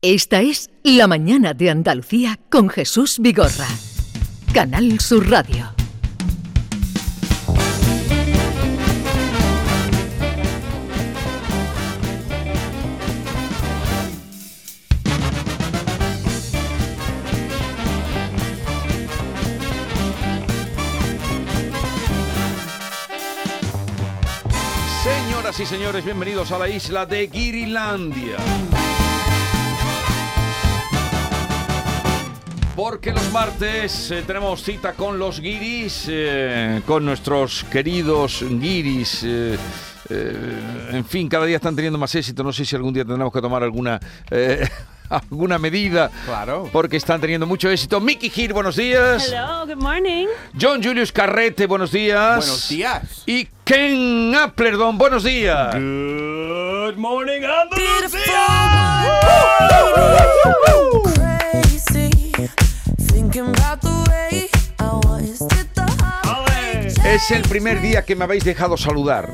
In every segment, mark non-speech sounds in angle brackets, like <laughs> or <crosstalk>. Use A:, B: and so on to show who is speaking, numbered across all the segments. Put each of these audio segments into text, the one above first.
A: Esta es La Mañana de Andalucía con Jesús Vigorra. Canal Sur Radio.
B: Señoras y señores, bienvenidos a la isla de Guirilandia. Porque los martes eh, tenemos cita con los guiris, eh, con nuestros queridos guiris. eh, eh, en fin, cada día están teniendo más éxito. No sé si algún día tendremos que tomar alguna eh, <laughs> alguna medida.
C: Claro.
B: Porque están teniendo mucho éxito. Mickey Gir, buenos días.
D: Hello, good morning.
B: John Julius Carrete, buenos días.
C: Buenos días.
B: Y Ken Applerdon, buenos días.
C: Good morning,
B: Es el primer día que me habéis dejado saludar.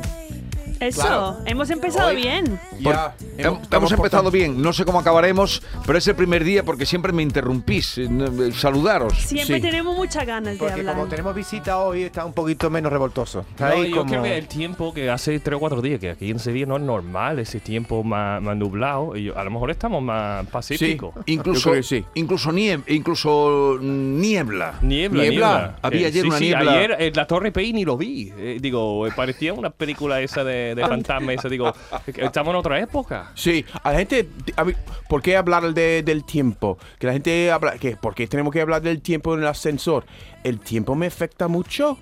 D: Eso,
C: Claro.
D: hemos empezado
C: Hoy-
D: bien.
C: Ya,
B: Hemos, hemos empezado bien, no sé cómo acabaremos, pero es el primer día porque siempre me interrumpís. eh, no, eh, Saludaros.
D: Siempre
C: Sí.
D: tenemos muchas ganas de
E: Porque como
D: hablar.
E: tenemos visita hoy está un poquito menos revoltoso. Está
F: No,
E: ahí
F: yo
E: como...
F: creo que el tiempo que hace 3 o 4 días, que aquí en Sevilla no es normal ese tiempo más, más nublado, y a lo mejor estamos más pacíficos.
B: Incluso,
C: Yo creo que sí.
B: incluso, nie- incluso mm, niebla.
C: Niebla.
F: Niebla, niebla. Eh,
B: Había ayer
F: sí,
B: una
F: sí,
B: niebla.
F: ayer en la Torre Pei ni lo vi. Eh, digo, eh, parecía una película esa de, de fantasma. Esa, digo, eh, estamos en otra época.
C: Sí, a la gente, a mí- ¿por qué hablar de- del tiempo? Que la gente habla, que, ¿por qué tenemos que hablar del tiempo en el ascensor? El tiempo me afecta mucho.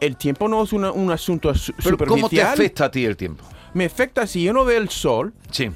C: El tiempo no es una- un asunto su-
B: Pero
C: superficial.
B: ¿Cómo te afecta a ti el tiempo?
C: Me afecta si yo no veo el sol,
B: Sí.
F: Eh.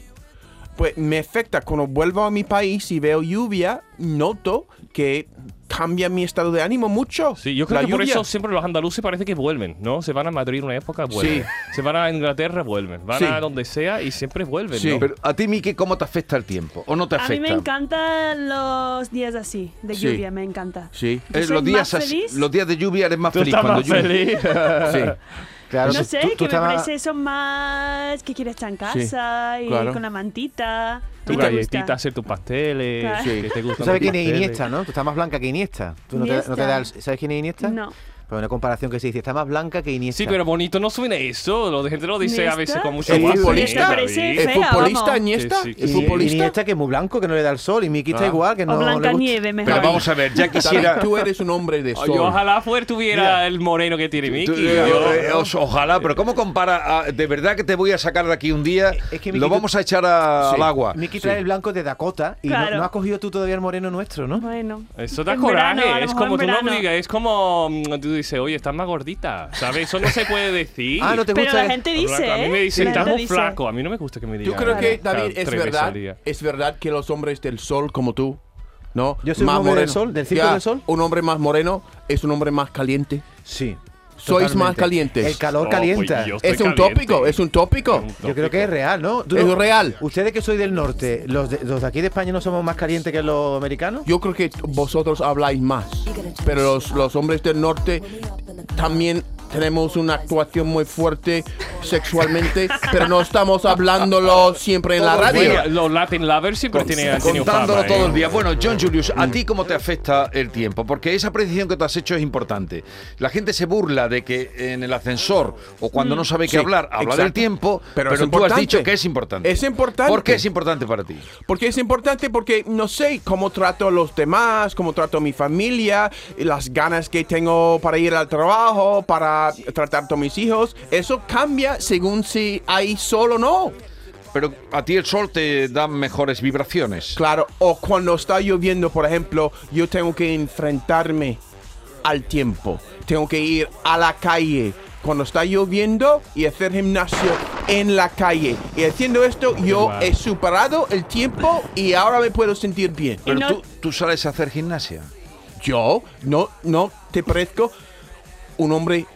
C: pues me afecta cuando vuelvo a mi país y veo lluvia, noto que cambia mi estado de ánimo mucho.
F: Sí, yo creo
C: La
F: que por
C: lluvia.
F: eso siempre los andaluces parece que vuelven, ¿no? Se van a Madrid una época, vuelven. Se van a Inglaterra, vuelven. Van
C: Sí.
F: a donde sea y siempre vuelven,
C: Sí.
F: ¿no?
B: Pero a ti, Miki, ¿cómo te afecta el tiempo? ¿O no te
D: A
B: afecta?
D: mí me encantan los días así, de
C: Sí.
D: lluvia, me encanta.
C: Sí.
D: Yo
B: Eh,
D: soy
B: los, días
D: más
B: así-
D: feliz.
B: los días de lluvia eres más
F: Tú
B: feliz
F: estás
B: cuando
F: más
B: llueve.
F: feliz.
C: Sí.
E: Claro,
D: no
E: tú-
D: sé,
E: tú-
D: que
E: tú
D: me
E: estabas-
D: parece eso más que quieres estar en
C: Sí,
D: casa y
C: claro.
D: con la mantita.
F: Tu
D: ¿No te gusta?
F: galletita, hacer tus pasteles.
D: Claro.
C: Sí.
F: que te gustan
E: tú sabes
F: los
E: quién es
F: pasteles.
E: Iniesta, ¿no? Tú estás más blanca que Iniesta. Tú no te, no te da el- ¿Sabes quién es Iniesta?
D: No.
E: Pero una comparación que se dice, está más blanca que Iniesta.
F: Sí, pero bonito no suena eso. La gente lo dice a veces con mucho
C: ¿El
F: guapo.
C: futbolista?
F: ¿eh?
D: Parece
F: Sí.
C: ¿Es
D: fea,
C: futbolista,
D: vamos.
C: Iniesta?
F: Sí, sí.
C: ¿Es
E: Y-
C: futbolista?
E: Iniesta que es muy blanco, que no le da el sol. Y Miki está
F: Ah.
E: igual, que
D: O
E: no, no le
D: Blanca
E: gusta.
D: Nieve, mejor.
B: Pero vamos a ver, ya quisiera.
C: Tú eres un hombre de sol.
F: Yo ojalá fuera tuviera el moreno que tiene Mickey.
B: Tú-
F: Yo-
B: eh, os- ojalá, pero ¿cómo compara? a- de verdad que te voy a sacar de aquí un día.
E: Eh, Es que,
B: lo
E: Miki,
B: vamos a echar a-
C: Sí.
B: al agua.
E: Miki trae el blanco de Dakota y no-
D: Claro.
E: no, has cogido tú todavía el moreno nuestro, ¿no?
D: Bueno.
F: Eso da
D: En
F: coraje,
D: verano, a lo
F: es
D: mejor
F: como
D: en
F: tú no
D: verano.
F: obligas, es como mm, tú dices, oye, estás más gordita, ¿sabes? Eso no se puede decir.
E: Ah, no te
D: Pero
E: gusta.
D: la gente dice,
F: a mí me
D: ¿eh?
F: dicen,
D: La
F: estás
D: gente
F: muy
D: dice.
F: flaco, a mí no me gusta que me
C: Yo
F: digan.
C: creo que,
F: cada
C: David, es
F: tres veces
C: verdad,
F: al día.
C: es verdad que los hombres del sol como tú, ¿no?
E: Yo soy un hombre del sol, del circo
C: Ya,
E: del sol.
C: Un hombre más moreno es un hombre más caliente.
E: Sí.
C: Sois más
E: totalmente.
C: calientes.
E: El calor
F: Oh,
E: calienta.
F: pues yo
C: Es
F: estoy
C: un
F: caliente.
C: tópico, es un tópico.
E: Yo creo que es real, ¿no? ¿Tú
C: Es
E: no-
C: real.
E: Ustedes que soy del norte, los de, los de aquí de España no somos más calientes que los americanos.
C: Yo creo que vosotros habláis más, pero los, los hombres del norte también tenemos una actuación muy fuerte sexualmente, pero no estamos hablándolo siempre en la
B: Todo
C: radio.
F: Bueno, los Latin Lovers siempre tienen, han tenido
B: Contándolo
F: fama, ¿eh?
B: todo el día. Bueno, John Julius,
C: Mm.
B: ¿a ti cómo te afecta el tiempo? Porque esa precisión que tú has hecho es importante. La gente se burla de que en el ascensor o cuando no sabe qué
C: Mm, Sí,
B: hablar, habla del
C: exacto.
B: tiempo, pero,
C: Pero es
B: tú has
C: importante.
B: dicho que es importante.
C: Es importante.
B: ¿Por qué es importante para ti?
C: Porque es importante porque no sé cómo trato a los demás, cómo trato a mi familia, y las ganas que tengo para ir al trabajo, para tratar con mis hijos. Eso cambia según si hay sol o no.
B: Pero a ti el sol te da mejores vibraciones.
C: Claro, o cuando está lloviendo, por ejemplo, yo tengo que enfrentarme al tiempo. Tengo que ir a la calle cuando está lloviendo y hacer gimnasio en la calle. Y haciendo esto, yo
F: guay.
C: he superado el tiempo y ahora me puedo sentir bien.
B: Pero
D: Y no-
B: tú, tú sales a hacer gimnasia.
C: Yo no, no te parezco un hombre.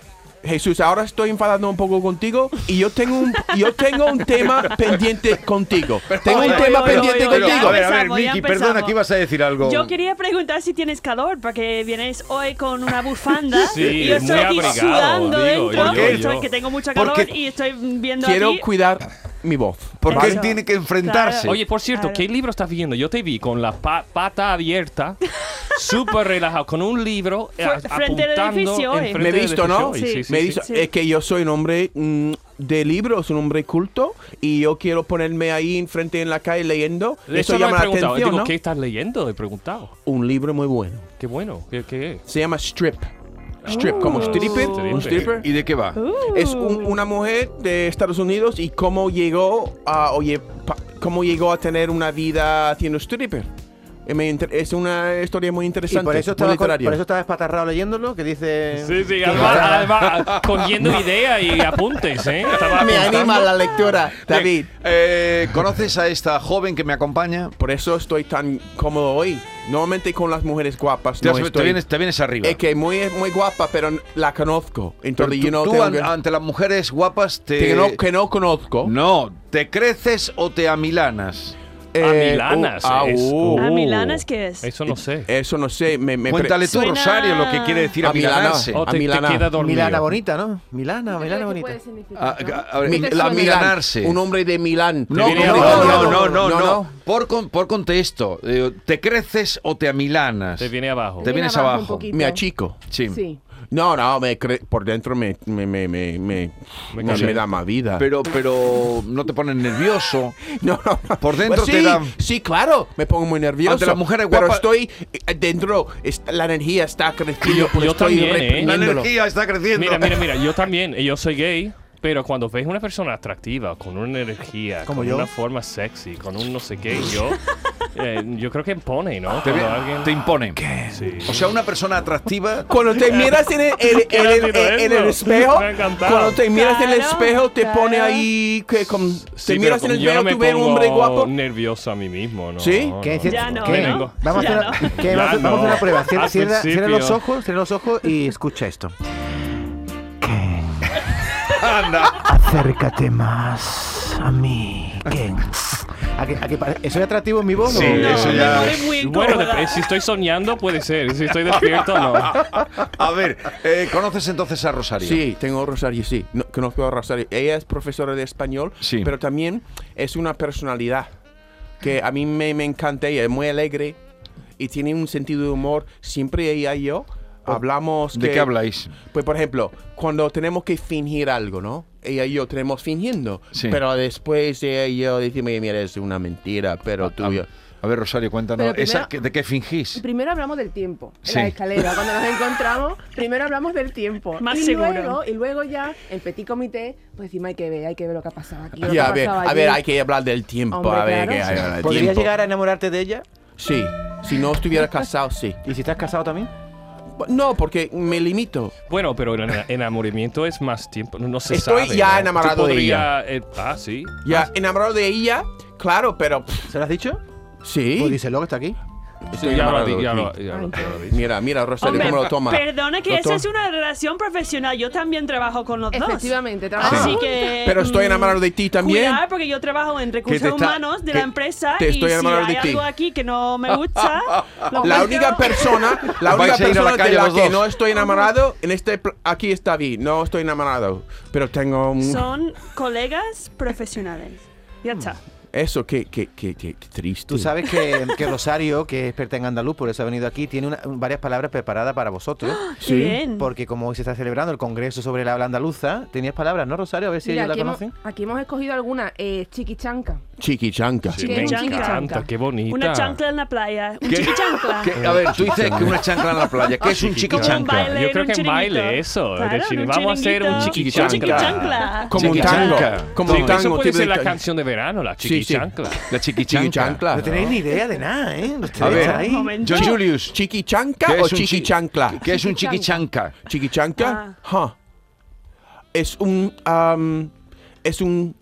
C: Jesús, ahora estoy enfadando un poco contigo y yo tengo un, yo tengo un tema pendiente contigo. Tengo un
D: oye,
C: tema
D: oye,
C: pendiente
D: oye, oye,
C: contigo.
B: a ver, a ver,
D: empezamos, ya
B: Miki,
D: empezamos.
B: perdona, aquí vas a decir algo.
D: Yo quería preguntar si tienes calor, porque vienes hoy
C: <laughs>
D: con una bufanda
F: Sí,
D: y yo
F: muy
D: estoy aquí
F: abrigado,
D: sudando
F: digo,
D: dentro,
F: yo,
D: porque
F: yo.
D: estoy- que tengo mucha calor
B: Porque
D: y estoy viendo
C: Quiero
D: aquí.
C: cuidar mi voz.
B: Porque él
D: Eso.
B: tiene que enfrentarse.
D: Claro.
F: Oye, por cierto,
D: Claro.
F: ¿qué libro estás viendo? Yo te vi con la pa-
D: <laughs>
F: pata abierta, súper relajado, con un libro eh,
D: Fue- frente al
F: apuntando
D: edificio hoy.
F: enfrente
C: Me he
F: del
C: visto, ¿no?
F: edificio hoy. Sí, sí,
C: me he
F: sí.
C: dicho,
D: sí.
C: es que yo soy un hombre mm, de libros, un hombre culto, y yo quiero ponerme ahí enfrente en la calle leyendo.
F: De
C: Eso
F: eso lo he
C: llama la
F: preguntado.
C: atención,
F: Digo,
C: ¿no?
F: ¿qué estás leyendo? He preguntado.
C: Un libro muy bueno.
F: Qué bueno. ¿Qué, qué es?
C: Se llama Strip. Strip, como stripper, un
F: Oh. Stripper.
C: stripper.
B: ¿Y de qué va?
D: Uh.
C: Es un- una mujer de Estados Unidos y cómo llegó a, oye, pa- cómo llegó a tener una vida haciendo stripper. Y me inter- es una historia muy
E: Y
C: interesante.
E: por eso,
C: muy
E: estaba, por
C: literaria.
E: eso estaba espatarrado leyéndolo, que dice...
F: Sí, sí,
E: que-
F: además, además, <laughs> cogiendo ideas y apuntes, ¿eh?
C: <laughs>
F: Estaba
C: me
F: apuntando.
C: anima la lectura, David.
B: Eh, ¿Conoces a esta joven que me acompaña?
C: Por eso estoy tan cómodo hoy. Normalmente con las mujeres guapas
B: Te,
C: no
B: has- te
C: estoy.
B: vienes, te vienes arriba.
C: Es que muy muy guapa, pero la conozco.
B: Pero
C: Entonces
B: tú,
C: yo no
B: tú
C: tengo
B: an-
C: que,
B: ante las mujeres guapas te...
C: que no, que no conozco.
B: No, ¿te creces o te amilanas?
C: Eh,
F: A Milanas.
C: uh, ah,
F: es.
C: uh. eh,
D: ¿A Milanas qué es?
F: Eso no sé.
C: Eso no sé. Me, me pre-
B: Cuéntale tú,
D: Suena-
B: Rosario, lo que quiere decir
C: Amilana.
B: amilanarse.
F: O
C: a
F: te, te
C: Milana.
F: queda dormido.
E: Milana bonita, ¿no? Milana, Milana bonita.
B: Ah, ah, ah,
C: Mi-
B: el amilanarse.
C: Un hombre de Milán.
B: No,
F: Te
B: no,
F: viene
B: no,
F: a-
B: no, no, no,
C: no,
B: no.
C: no.
B: Por, con- por contexto, eh, ¿te creces o te amilanas?
F: Te viene abajo.
B: Te- vienes abajo.
C: Me achico.
B: Sí.
C: No, no, me cre- por dentro me, me, me, me, me,
F: Me
C: no
F: cambia.
C: me da más vida.
B: Pero, pero no te pones nervioso.
C: <laughs> no, no, no.
B: Por dentro
C: Pues
B: te
C: sí,
B: dan-
C: Sí, claro, me pongo muy nervioso.
B: Ante las mujeres
C: Pero
B: guapas-
C: estoy eh, dentro, es- la energía está creciendo. pues
F: yo
C: estoy
F: también, ¿eh?
B: La
C: reprimiéndolo.
B: energía está creciendo.
F: Mira, mira, mira, yo también, eh, yo soy gay, pero cuando ves una persona atractiva, con una energía,
E: ¿Como
F: con
E: yo?
F: una forma sexy, con un no sé qué,
C: <laughs>
F: yo, eh, yo creo que impone, ¿no?
B: Te,
F: Cuando
B: ve-
F: alguien-
B: te impone.
F: Sí.
B: O sea, una persona atractiva <laughs>
C: Cuando
F: <laughs>
C: te miras en el, en- en- en-
F: divertido
C: en- en el
F: eso.
C: espejo,
F: Me ha encantado.
C: cuando te miras en el
D: Claro,
C: espejo, te
D: claro.
C: pone ahí que con-
F: Sí,
C: te
F: pero
C: miras en
F: como
C: el
F: yo
C: espejo,
F: no me
C: tú ves un
F: pongo
C: hombre guapo.
F: nervioso a mí mismo, ¿no?
C: ¿Sí?
F: no,
E: ¿Qué?
F: no.
E: Cier-
D: Ya no,
E: ¿qué?
F: ¿no?
E: Vamos,
D: Ya
E: a hacer,
D: no.
E: <laughs> ¿qué?
F: Ya
E: Vamos a- vamos a hacer
F: no.
E: una prueba. Cier-
F: Al
E: Cierra, cierra los
F: principio.
E: ojos, cierra los ojos y escucha esto.
B: anda.
E: Acércate más a mí. ¿Qué? <laughs> ¿A que, a que pare- ¿Soy atractivo en mi voz?
B: Sí,
E: o-
D: no,
B: eso
D: me
B: ya-
D: pone muy
F: Bueno,
D: incómoda.
F: dep- si estoy soñando puede ser,
C: <laughs>
F: si estoy despierto no.
B: A ver, eh, ¿conoces entonces a Rosario?
C: Sí, tengo a Rosario, sí. No, conozco a Rosario. Ella es profesora de español,
B: Sí.
C: pero también es una personalidad que a mí me, me encanta. Ella es muy alegre y tiene un sentido de humor. Siempre ella y yo
F: Oh,
C: hablamos.
B: ¿De
C: que-
B: qué habláis?
C: Pues, por ejemplo, cuando tenemos que fingir algo, ¿no? Ella y yo tenemos fingiendo.
B: Sí.
C: Pero después ella y yo decimos, mira, es una mentira,
F: Ah,
C: pero tú y yo.
B: A ver, Rosario, cuéntanos.
G: Pero primero-
B: ¿esa que- ¿De qué fingís?
G: Primero hablamos del tiempo, en
B: Sí.
G: la escalera, cuando nos encontramos, primero hablamos del tiempo.
D: Más
G: y
D: seguro.
G: Luego, y luego ya, en petit comité, pues decimos, hay que ver, hay que ver lo que ha pasado aquí. lo que
C: Ya,
G: ha
C: a ver,
G: pasado
C: a ver,
G: allí".
C: hay que hablar del tiempo.
G: Hombre,
C: a ver,
G: claro.
C: hay que hablar del
E: ¿Podrías
C: tiempo.
E: llegar a enamorarte de ella?
C: Sí, si no estuviera casado, sí.
E: ¿Y si estás casado también?
C: No, porque me limito.
F: Bueno, pero el ena- enamoramiento es más tiempo, no, no se
C: Estoy
F: sabe,
C: ya
F: ¿no?
C: enamorado
F: Tú
C: de
F: podría- eh, ah, sí.
C: Ya, enamorado de ella, claro, pero pff,
E: ¿Se lo has dicho? Pues
C: sí.
E: díselo que está aquí.
F: Sí,
C: Estoy
F: ya lo,
C: enamorado
F: di-
C: de
F: ya
C: ti.
F: lo- ya lo- ya lo di.
C: Mira, mira, Rosario,
D: Hombre,
C: cómo lo toma.
D: perdona que
C: Lo
D: esa
C: toma.
D: es una relación profesional. Yo también trabajo con los dos.
G: Efectivamente, trabajamos
D: Así
G: juntos.
D: que.
C: Pero estoy
D: mm,
C: enamorado de ti también.
D: Cuidar porque yo trabajo en recursos
B: te está-
D: humanos de la
C: que
D: empresa
C: te estoy
D: y si
C: enamorado
D: hay
C: de ti.
D: algo aquí que no me gusta,
C: <laughs>
D: lo
C: La
D: cuento.
C: única persona, la
B: <laughs> Vais
C: única
B: a ir a la
C: persona
B: calle
C: de la
B: los
C: que
B: dos.
C: no estoy enamorado, en este pl- aquí está David, no estoy enamorado, pero tengo un-
D: son colegas profesionales.
C: Mm.
D: Ya está.
C: eso que que, que, que- que triste.
E: Tú sabes que, que Rosario, que es experta en andaluz, por eso ha venido aquí, tiene una- varias palabras preparadas para vosotros.
G: ¡Ah!
D: Qué bien.
E: Porque como hoy se está celebrando el Congreso sobre la habla andaluza, tenías palabras, ¿no, Rosario? A ver si
G: Mira,
E: ellos la
G: aquí, hemos,
E: conocen.
G: aquí hemos escogido alguna, eh, chiquichanca.
C: Chiquichanca.
F: Sí,
G: que
F: me
G: es un chiqui
F: encanta,
G: chanca.
F: qué bonita.
D: Una chancla en la playa. Un
B: ¿Qué?
D: chiquichancla.
B: ¿Qué? A ver, tú dices que una chancla en la playa. ¿Qué es un
D: Como un
B: Ah, chiquichancla?
D: baile
F: Yo
D: en
F: creo
D: un
F: que en baile,
D: chiringuito.
F: eso,
D: Claro,
F: de decir,
D: en un
F: vamos a hacer un
D: chiringuito.
F: chiquichancla.
D: chiquichancla.
C: Como un tango,
B: Chiquichanca.
C: como
F: Sí,
C: un tango.
F: eso puede
C: tipo
F: ser la
C: de-
F: canción de verano, la
C: Sí, sí.
F: chiquichancla.
B: La chiquichancla.
C: Chiquichancla.
E: No tenéis ni idea de nada, ¿eh? Los
B: A
E: tres
B: ver,
E: ahí.
D: Momento.
B: John Julius, ¿Qué
C: Chiquichanca
B: es
C: o
B: un chi-
C: chiquichancla?
B: ¿qué es un chiquichanca?
C: Chiquichanca, huh. es un am, es un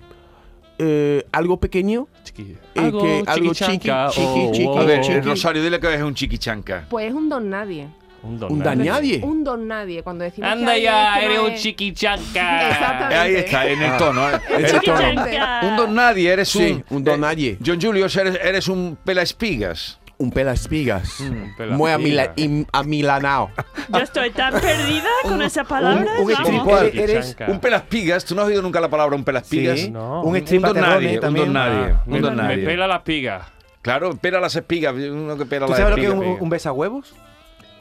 C: eh, algo pequeño
F: Chiqui-
C: Eh, que algo
F: chiquichanca
C: chiqui, chiqui,
F: o-
C: chiqui,
F: o-
B: A ver,
C: chiqui.
B: eh, Rosario, dile que es un chiquichanca.
G: Pues es un don nadie.
F: Un
C: un
F: donante.
C: dañadie.
G: Un don nadie. Cuando decimos
F: Anda
G: que
F: ya,
G: alguien
F: eres
G: es que no
F: un
G: es-
F: chiquichanca.
G: Exactamente.
B: Ahí está, en el tono. eh, en el tono.
G: Chiquichancla.
D: Chiquichancla.
B: Un eh, don nadie, eres
C: Sí,
B: un...
C: un don nadie.
B: John Julius, eres, eres un pela espigas.
C: un pelaspigas.
F: Mm, pelaspigas.
C: Muy amila- im- amilanao.
D: Yo estoy tan perdida con esas palabras.
E: un
D: vamos.
E: stripper. ¿Cuál?
F: Jackie
E: Eres
F: Chanca.
B: Un pelas pigas, tú no has oído nunca la palabra un pelas pigas.
E: Sí.
F: No.
E: Un
F: Un
E: stripper
B: don nadie, un don nadie.
F: me,
B: Un don
F: Ah, me
B: nadie.
F: pela las pigas.
B: Claro, pela las espigas, uno que pela
E: ¿Tú
B: las
E: sabes lo
B: espigas.
E: que es un,
F: pica.
E: un besahuevos?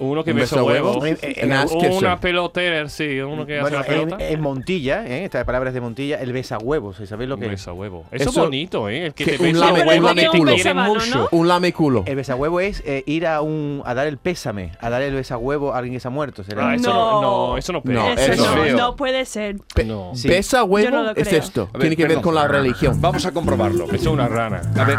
F: Uno que
C: ¿Un
F: besa
C: besahuevo?
F: huevos.
E: En- en-
C: Nas-
F: O
C: Asqueroso.
F: una pelotera, sí, uno que
E: Bueno,
F: hace la pelota.
E: en, en Montilla, ¿eh? esta palabra es de Montilla, el besahuevos, ¿sabéis lo
F: un
E: que es?
F: besa huevo. Eso, es
C: Eso-
F: bonito, ¿eh? El que,
C: que
F: te
C: un
F: besa
C: lame-
F: huevo,
C: un
F: el que te
C: lameculo.
F: quiere
D: Sábado,
F: mucho.
D: ¿no?
C: Un lameculo.
E: El besahuevo es eh, ir a un a dar el pésame, a dar el besahuevo a alguien que se ha muerto. será.
F: Ah, eso no, no, eso no
C: No,
F: pega.
D: Eso
C: eso
D: no,
B: es feo.
D: no puede ser.
C: Pe-
F: No.
E: Sí.
C: Pesa
D: Yo no
C: huevo
D: lo
C: es
D: creo.
C: esto.
B: A ver,
C: Tiene que ver
B: perdón.
C: con la religión.
B: Vamos a comprobarlo.
F: Eso es una rana.
B: A ver,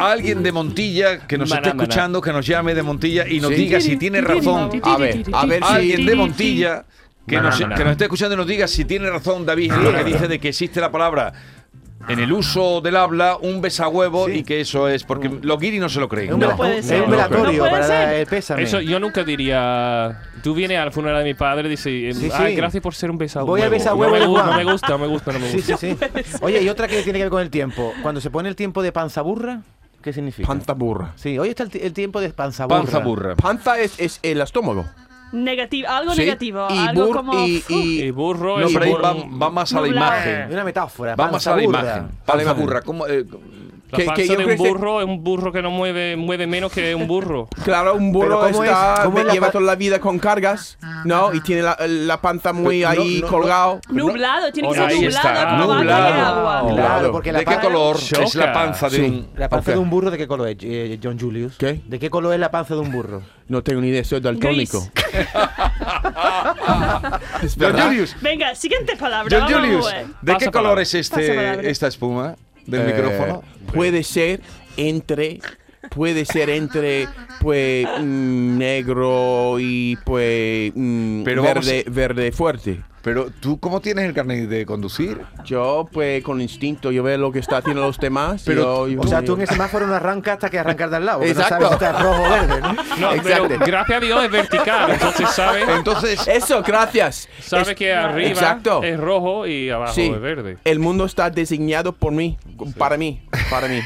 B: alguien de Montilla que nos
F: Maná,
B: esté
F: maná.
B: escuchando, que nos llame de Montilla y nos
C: Sí.
B: diga si tiene razón.
C: A ver, a ver
B: Alguien
C: si.
B: de Montilla que
F: Maná,
B: nos,
F: maná.
B: que nos esté escuchando y nos diga si tiene razón David en lo que dice de que existe la palabra en el uso del habla un besahuevo y que eso es porque los guiris no se lo creen.
E: Es un,
D: No
E: vela-
D: puede
E: es
D: ser. No
E: un velatorio
D: puede
E: para dar
D: ser.
E: el pésame.
F: Eso yo nunca diría. Tú vienes al funeral de mi padre y dices,
E: Sí,
F: "Ay,
E: sí.
F: gracias por ser un besahuevo.
E: Voy a besahuevo
F: No me,
E: de
F: gusta,
E: Juan.
F: no me gusta, no me gusta, no me
E: Sí,
F: gusta.
E: sí, sí. Oye, y otra que tiene que ver con el tiempo. Cuando se pone el tiempo de panzaburra, ¿qué significa?
C: Panza burra.
E: sí, hoy está el, ti- el tiempo de panzaburra.
B: Panza burra.
C: Panza es, es el estómago.
D: Negativo, algo
C: ¿sí?
D: negativo.
C: Y
D: algo
C: bur-
D: como.
C: y-
D: fu,
F: Y
C: y-
F: burro
B: No,
F: es
B: pero ahí
F: burro.
B: va, va más a la
D: Nublado.
E: Es
B: imagen.
E: una metáfora.
B: Va más a la
E: panzaburra.
B: imagen. Panza burra. ¿Cómo, eh,
F: La
C: que- que
F: panza
C: yo
F: de
C: creo
F: un
C: que-
F: burro es un burro que no mueve, mueve menos que un
E: <laughs>
F: burro.
C: Claro, un burro
E: ¿cómo es?
C: está,
E: ¿Cómo es la
C: lleva
E: pa-
C: toda la vida con cargas,
D: Ah,
C: ¿no? Y tiene la, la panza muy
B: Pero no,
C: ahí
B: no, no.
C: colgado.
D: Nublado, tiene
B: Ahí
D: que ser
B: está,
D: nublado, como va a
B: nublado.
D: caer agua.
E: Claro, porque la
B: ¿De qué
E: pan-
B: color
F: Choca.
B: es la panza de
C: Sí.
B: un
E: La panza
C: Ok.
E: de un burro, ¿de qué color es, eh, John Julius?
C: ¿Qué?
E: ¿De qué color es la panza de un burro?
C: No tengo ni idea, soy daltónico.
D: <laughs> Gris.
C: Es
B: Don
C: verdad.
B: Julius,
D: Venga, siguiente palabra.
B: Don
D: vamos,
B: Julius,
D: eh.
B: ¿de qué
F: Pasa
B: color
F: palabra.
B: es
D: Pasa palabra.
B: este, esta espuma del
C: Eh,
B: micrófono?
C: Puede ser entre. Puede ser entre, pues, mm, negro y, pues, mm,
B: Pero vamos
C: verde, verde fuerte.
B: Pero tú, ¿cómo tienes el carnet de conducir?
C: Yo, pues, con instinto, yo veo lo que está haciendo los demás.
B: Pero,
C: y yo- yo-
E: O sea, tú en el semáforo no arrancas hasta que arrancar de al lado. porque
C: Exacto.
E: No sabes si está rojo o verde, ¿no?
F: No, pero
C: Exacto.
F: gracias a Dios es vertical. Entonces sabes,
C: <laughs>
B: Entonces,
C: Eso, gracias.
F: sabes
C: Es-
F: que arriba
C: Exacto.
F: es rojo y abajo
C: Sí.
F: es verde.
C: El mundo está diseñado por mí, para mí, para mí,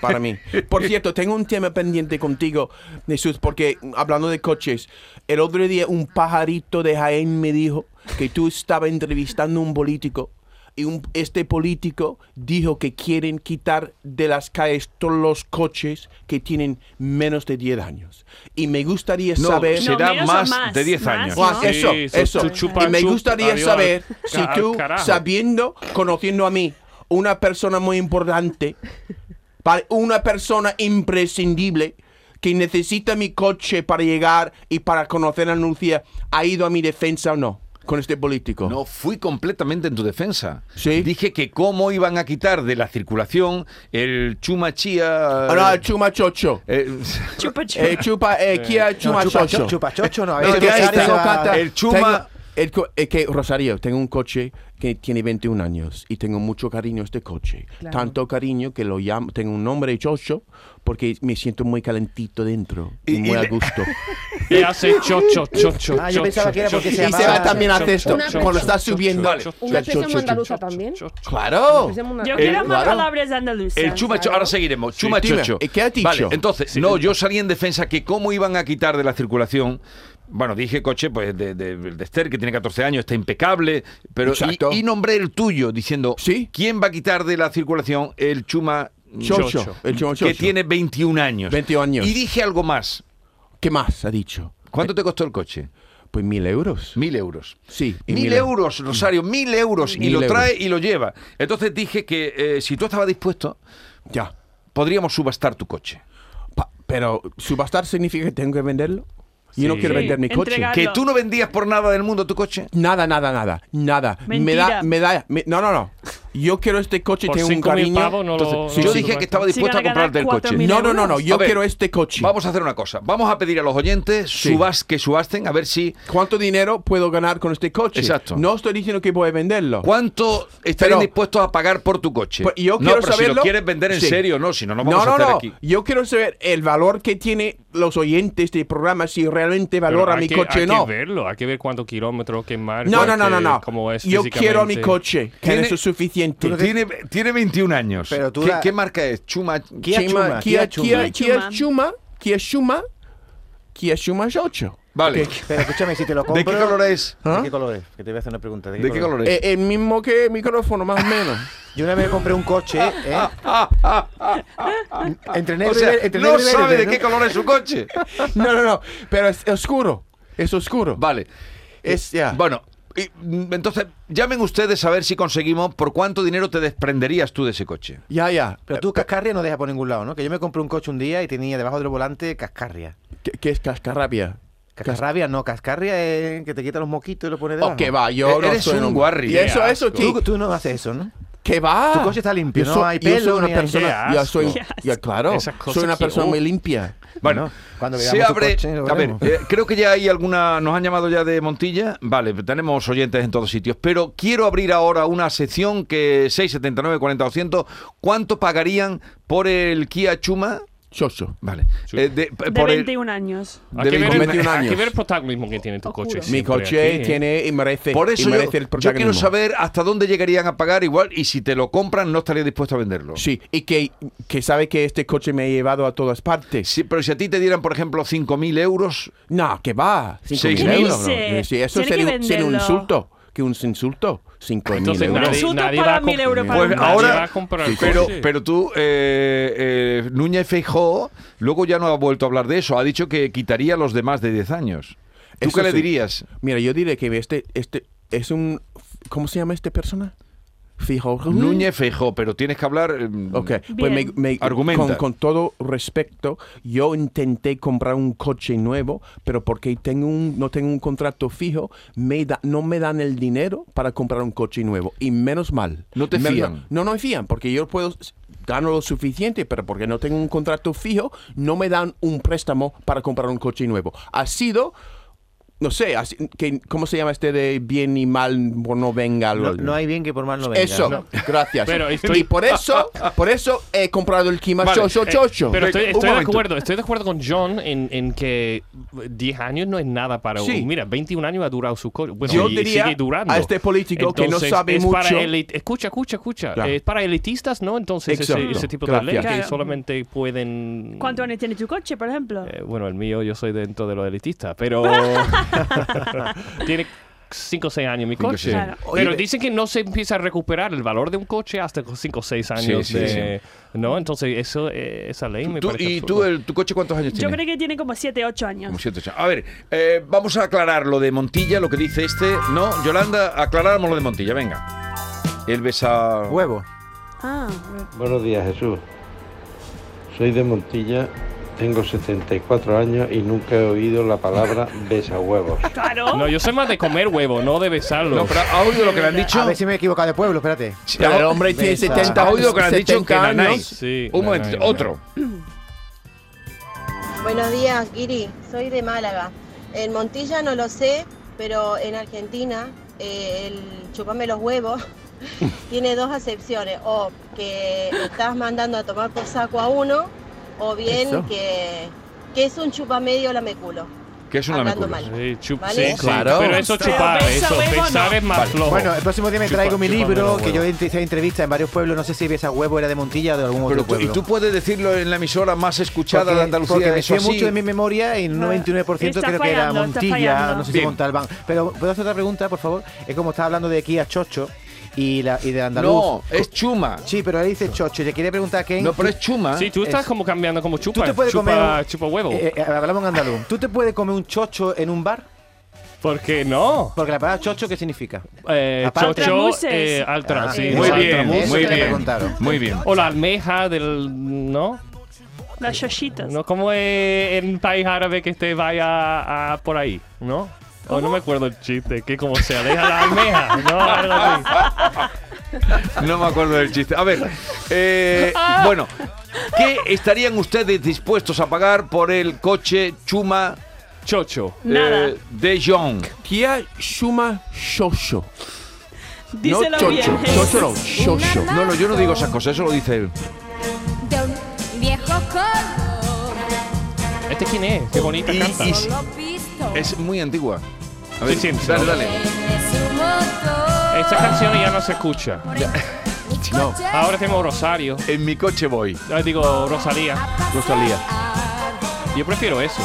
C: para mí. Por cierto, tengo un tema pendiente contigo, Jesús, porque mm, hablando de coches, el otro día un pajarito de Jaén me dijo que tú estabas entrevistando a un político y un- este político dijo que quieren quitar de las calles todos los coches que tienen menos de 10 años. Y me gustaría
B: no,
C: saber...
B: será
D: menos o
B: más,
D: más,
B: de 10
D: más,
B: años.
D: ¿no?
C: Ah, eso,
F: Sí, su-
C: eso.
F: su chupa
C: y me
F: chup,
C: gustaría
F: adiós,
C: saber
F: al-
C: si
F: al
C: tú,
F: carajo.
C: sabiendo, conociendo a mí, una persona muy importante, vale, una persona imprescindible que necesita mi coche para llegar y para conocer a Lucía, ¿ha ido a mi defensa o no con este político?
B: No, fui completamente en tu defensa.
C: Sí.
B: Dije que cómo iban a quitar de la circulación el chumachía...
C: Ahora, chupa chocho.
D: Chupa, chupa.
C: Eh, chupa, eh, Kia
E: No,
C: chupa
E: chupa
C: chocho.
E: cho- chupachocho, no. A
C: <laughs> Es
E: ver,
C: que
E: Rosario
C: ahí tengo
E: va-
C: cata-
B: El chuma-
C: tengo- el co- es que, Rosario, tengo un coche que tiene 21 años y tengo mucho cariño a este coche.
G: Claro.
C: Tanto cariño que lo llamo, tengo un nombre de Chocho porque me siento muy calentito dentro y,
B: Y-
C: muy
B: y
C: a
B: le-
C: gusto.
F: Y hace chocho, chocho,
E: Ah, yo pensaba que era porque se
C: y se va también a hacer esto
G: Una-
C: cuando está subiendo.
B: Vale.
G: Una
C: Cho- cho-
G: expresión
C: cho-
G: andaluza también.
C: ¡Claro!
G: Expresión manda-
D: Yo quiero más
C: claro.
D: palabras andaluzas.
B: El chumacho, ahora seguiremos.
C: Dime,
B: Chumachocho.
C: ¿eh, qué has dicho?
B: Vale, entonces, no, yo salí en defensa que cómo iban a quitar de la circulación. Bueno, dije coche, pues de, de, de Esther, que tiene 14 años, está impecable, pero
C: Exacto.
B: y, y nombré el tuyo diciendo,
C: Sí.
B: ¿quién va a quitar de la circulación el chuma
C: Chocho,
F: Chocho.
C: el chuma
B: que
C: Chocho.
B: tiene 21 años?
C: 21 años.
B: Y dije algo más.
C: ¿Qué más ha dicho?
B: ¿Cuánto te costó el coche?
C: Pues mil euros.
B: Mil euros.
C: Sí, y
B: Mil
C: mil- e- Mm.
B: euros, Rosario, mil euros. y
C: Mil
B: lo
C: euros.
B: trae y lo lleva. Entonces dije que eh, si tú estabas dispuesto,
C: Ya.
B: podríamos subastar tu coche.
C: Pa- pero subastar significa que tengo que venderlo. Yo no
F: Sí.
C: quiero vender mi
D: Sí,
C: coche.
D: entregar-
B: Que
D: Carlos.
B: tú no vendías por nada del mundo tu coche.
C: Nada, nada, nada, nada.
D: Mentira.
C: Me da, me da, me- no, no, no. Yo quiero este coche,
F: Por
C: tengo un
F: 5.000
C: cariño.
F: pavos no lo-
C: Entonces,
F: no
B: yo
F: sí,
B: dije
F: sí.
B: que estaba dispuesto a
D: Sí, van a ganar
B: comprarte el coche.
D: 4.000
C: No, no, no, no.
D: euros.
C: Yo
B: A ver,
C: quiero este coche.
B: Vamos a hacer una cosa. Vamos a pedir a los oyentes
C: Sí.
B: subas, que subasten, a ver si.
C: ¿Cuánto dinero puedo ganar con este coche?
B: Exacto.
C: No estoy diciendo que voy a venderlo.
B: ¿Cuánto estarían
C: Pero-
B: dispuestos a pagar por tu coche?
C: Pues
B: no,
C: yo quiero
B: pero si
C: saberlo.
B: lo quieres vender en
C: Sí.
B: serio, no, si no, no vamos a
C: no,
B: estar
C: no.
B: aquí.
C: Yo quiero saber el valor que tiene los oyentes del programa, si realmente valora mi coche
F: hay
C: o no.
F: que verlo, hay que ver cuántos kilómetros, qué marca,
C: No, no, no, no,
F: qué-
C: no.
F: cómo es
C: yo quiero mi
F: físicamente.
C: coche, que
B: Tiene-
C: eso es suficiente.
B: Tiene, tiene 21 años.
E: Pero tú
B: ¿Qué,
E: la-
B: qué marca es? Chuma.
E: Kia
C: Chima-
E: Chuma,
C: Kia-
E: Kia Chuma.
C: Kia- Kia Chuma, Kiyashima, Kiyashima es 8.
B: Vale.
E: Pero escúchame, si te
B: <laughs>
E: lo
B: ¿De
E: compro...
B: qué color es?
C: ¿Ah?
E: ¿De qué color es? Que te voy a hacer una pregunta.
B: ¿De qué color es?
C: Eh, el mismo que el micrófono, más o menos.
E: Yo una vez compré un
B: <laughs>
E: coche, ¿eh? entre negro
B: O
E: y
B: sea,
E: ver- entre
B: no
E: negro y verde,
B: sabe de
E: ¿no?
B: qué color es su coche.
C: <laughs> No, no, no. Pero es oscuro. Es oscuro.
B: Vale. Eh,
C: Es, ya.
B: Bueno, y, mm, entonces llamen ustedes a ver si conseguimos por cuánto dinero te desprenderías tú de ese coche.
C: Ya, ya.
E: Pero tú cascarria no dejas por ningún lado, ¿no? Que yo me compré un coche un día y tenía debajo del volante cascarria.
C: ¿Qué, qué es cascarrabia?
E: Cascarrabia no, cascarria es que te quita los moquitos y lo pones debajo. Eh,
C: Ok, va, yo
B: E-
C: no
B: eres
C: soy
B: un guarri.
C: Eh, Y eso,
F: Qué
C: eso,
E: Tú,
C: tío.
E: tú no haces eso, ¿no?
C: ¿Qué va?
E: Tu coche está limpio, no hay
C: yo
E: pelo,
C: soy una
E: ni hay-
C: persona,
F: Qué
C: yo soy,
D: asco.
C: ya, claro,
F: Esas cosas
C: soy una
F: que-
C: persona
F: uh.
C: muy limpia.
B: Bueno,
E: cuando veamos
B: se
E: tu
B: abre.
E: coche, lo
B: a ver,
E: veremos.
B: eh, creo que ya hay alguna. Nos han llamado ya de Montilla. Vale, tenemos oyentes en todos sitios. Pero quiero abrir ahora una sección que 679 40 200. ¿Cuánto pagarían por el Kia Chuma?
C: Chocho.
B: Vale. eh, de,
D: De
B: por el-
D: 21 años.
B: De
F: Hay que, ver, el-
C: 21
F: hay que
C: años.
F: ver el protagonismo que tiene tu
G: Os juro.
F: coche.
G: Mi
C: Mi
F: siempre
C: coche
F: aquí, ¿eh?
C: tiene y merece,
B: Por
C: y
B: eso yo,
C: merece el
B: yo
C: protagonismo.
B: quiero saber hasta dónde llegarían a pagar igual y si te lo compran no estaría dispuesto a venderlo.
C: Sí, y que, que sabe que este coche me ha llevado a todas partes.
B: Sí, pero si a ti te dieran, por ejemplo, 5.000 euros,
C: No, que va. Cinco
B: ¿Qué
C: mil euros.
D: dice?
C: bro. Sí, eso
D: Tiene que
C: sería, un- sería un
D: venderlo. Ah,
C: insulto. Que un insulto. Cinco mil
F: Entonces
C: euros.
F: nadie,
D: Nosotros
F: nadie va a
D: pagan 1.000 euros
F: comprar-
D: para
B: Pues
D: un coche.
F: nadie
B: ahora,
F: va a comprar el
B: pero,
F: coche.
B: pero tú, eh, eh, Núñez Feijó, luego ya no ha vuelto a hablar de eso. Ha dicho que quitaría a los demás de 10 años. ¿Tú
C: Eso
B: qué le
C: sí.
B: dirías?
C: Mira, yo diré que este, este es un... ¿Cómo se llama esta persona? Fijo.
B: Núñez Feijó, pero tienes que hablar. eh,
C: Ok, pues
D: Bien.
C: me, me-
B: Argumenta.
C: Con, con todo respecto, yo intenté comprar un coche nuevo, pero porque tengo un, no tengo un contrato fijo, me da, no me dan el dinero para comprar un coche nuevo. Y menos mal.
B: No te
C: Menos-
B: fían.
C: No, no me fían, porque yo puedo gano lo suficiente, pero porque no tengo un contrato fijo, no me dan un préstamo para comprar un coche nuevo. Ha sido... No sé, así- que, ¿cómo se llama este de bien y mal por no venga? algo?
E: No, no hay bien que por mal no venga.
C: Eso,
E: ¿no?
C: gracias.
F: Pero estoy-
C: Y por eso, por eso he comprado el Kima
F: Vale,
C: Chocho
F: eh,
C: Chocho.
F: pero estoy,
B: Un
F: estoy de
B: momento.
F: acuerdo, estoy de acuerdo con John en, en que 10 años no es nada para
C: Sí.
F: un. Mira, 21 años ha durado su coche. Bueno,
C: Yo
F: y
C: diría
F: sigue durando.
C: a este político que no
F: Entonces,
C: sabe
F: es para
C: mucho.
F: elit- escucha, escucha, escucha.
C: Claro.
F: Eh, Es para elitistas, ¿no? Entonces, ese,
C: Exacto.
F: ese tipo de ley
C: Gracias.
F: que
D: Claro.
F: solamente pueden.
D: ¿Cuántos años tiene tu coche, por ejemplo?
F: Eh, bueno, el mío, yo soy dentro de los elitistas,
D: <laughs>
F: pero. <laughs> Tiene 5 o 6 años mi
B: Cinco,
F: coche.
B: seis.
D: Claro.
F: Pero
E: Oye,
F: dicen que no se empieza a recuperar el valor de un coche hasta 5 o 6 años.
B: sí,
F: de- ¿No? Entonces, eso, eh, esa ley me
B: tú-
F: parece.
B: ¿Y
F: absurda.
B: tú, el- tu coche cuántos años
D: Yo
B: tiene?
D: creo que tiene como 7, 8 años.
B: Como siete, ocho. A ver, eh, vamos a aclarar lo de Montilla, lo que dice este. No, Yolanda, aclaramos lo de Montilla, venga. Él besa.
E: Huevo.
D: Ah,
H: Buenos días, Jesús. Soy de Montilla, tengo 74 años y nunca he oído la
D: <laughs>
H: palabra besahuevos.
D: claro.
F: No, yo soy más de comer huevo, no de besarlo.
B: No, pero ¿ha oído lo que le han dicho?
E: A ver si me he equivocado de pueblo, espérate.
B: Sí,
C: Pero el
B: ha-
C: hombre tiene
E: Esa.
C: 70
B: ¿Ha oído que le han dicho que
C: 70 años.
B: Nanay?
F: Sí,
B: Un
F: Nanay,
B: momentito,
F: Nanay.
B: otro.
I: Buenos días, Guiri. Soy de Málaga. En Montilla no lo sé, pero en Argentina eh, el chupame los huevos
B: <laughs>
I: tiene dos acepciones. O que estás mandando a tomar por saco a uno, o bien
C: Eso.
I: que, que es un chupamedio lameculo.
B: Que es una
I: Hablando
B: locura.
I: mal.
F: Sí, chup-
I: ¿Vale?
F: sí, sí.
C: Claro.
F: Pero eso
D: Pero
F: chupar,
D: besa
F: eso
D: huevo,
F: besar
D: no.
F: es más flojo.
E: Bueno, el próximo día me
F: Chupa-
E: traigo mi
F: chúpame
E: libro,
F: los
E: que yo
F: huevos.
E: hice entrevista en varios pueblos. No sé si esa huevo era de Montilla o de algún
B: Pero
E: otro
B: tú- y
E: pueblo.
B: tú puedes decirlo en la emisora más escuchada de Andalucía.
E: porque me
B: eso
E: sé
B: así.
E: mucho en mi memoria y un 99%
D: Está
E: creo que era
D: fallando, está
E: Montilla,
D: fallando.
E: no sé si
B: Bien.
E: Montalbán. Pero puedo hacer otra pregunta, por favor. Es como estaba hablando de Kia Chocho y, la, y de
B: No,
E: Andaluz.
B: es chuma.
E: Sí, pero ahí dice Chocho. Y le quería preguntar a Ken.
B: No, pero es chuma.
F: Sí, tú estás
E: Es-
F: como cambiando como chupa.
E: ¿Tú te puedes
F: chupa,
E: comer un-
F: chupa huevo.
E: Eh, eh, hablamos en andaluz. ¿Tú te puedes comer un chocho en un bar?
F: ¿Por qué no?
E: Porque la palabra chocho, ¿qué significa?
F: Eh,
E: Aparte-
F: chocho,
D: Altramuses.
F: eh, altra,
E: Ah,
F: sí.
E: eso
B: Muy
E: es
B: bien,
E: altramuses,
B: muy
E: que me
B: bien.
E: preguntaron.
B: Muy bien.
F: O la almeja del... ¿No?
D: Las chochitas.
F: ¿No? ¿Cómo es en país árabe que te vaya a, por ahí? ¿No? O no me acuerdo el chiste, que como se aleja la almeja, ¿no? <laughs> Algo así.
B: No me acuerdo del chiste. A ver, eh, bueno, ¿qué estarían ustedes dispuestos a pagar por el coche chuma
F: Chocho.
B: eh,
D: Nada.
B: de Jong?
C: Kia Shuma Chocho.
D: Díselo
C: no Chocho.
D: bien. eh.
C: Chocho no, Chocho.
B: No, no, yo no digo esas cosas, eso lo dice él.
J: de un viejo color
F: ¿Este quién es? Qué bonita
B: Y-
F: canta.
B: y-
J: solo visto
B: Es muy antigua. A
F: Sí, sí,
B: dale,
F: no.
B: dale.
J: de su motor.
F: Esta canción ya no se escucha.
J: Mi
C: No.
J: coche
F: Ahora tenemos Rosario.
B: En mi coche voy.
F: Ah, digo, Rosalía.
J: a pasear.
C: Rosalía.
F: Yo prefiero eso.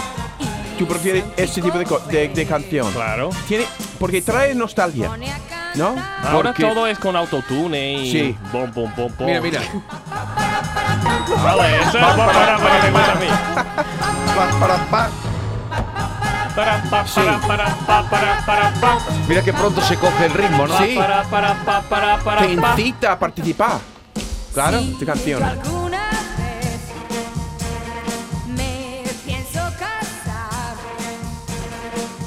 C: ¿Tú prefieres este tipo de, co- de- de canción?
F: Claro.
C: Tiene, porque trae nostalgia, ¿no?
F: Ahora
C: Porque-
F: todo es con autotune y
C: Sí.
F: bom, bom, bom, bom.
C: Mira, mira.
F: Vale, Pues, eso es para, para, para que me gusta a mí. Para, pa, para, para, pa, para, para, pa.
B: Mira que pronto se coge el ritmo, ¿no?
C: Sí.
F: Para, para, pa, para, para,
C: Te
F: pa.
C: incita a participar. Claro, de canción.
J: Alguna vez me pienso casar.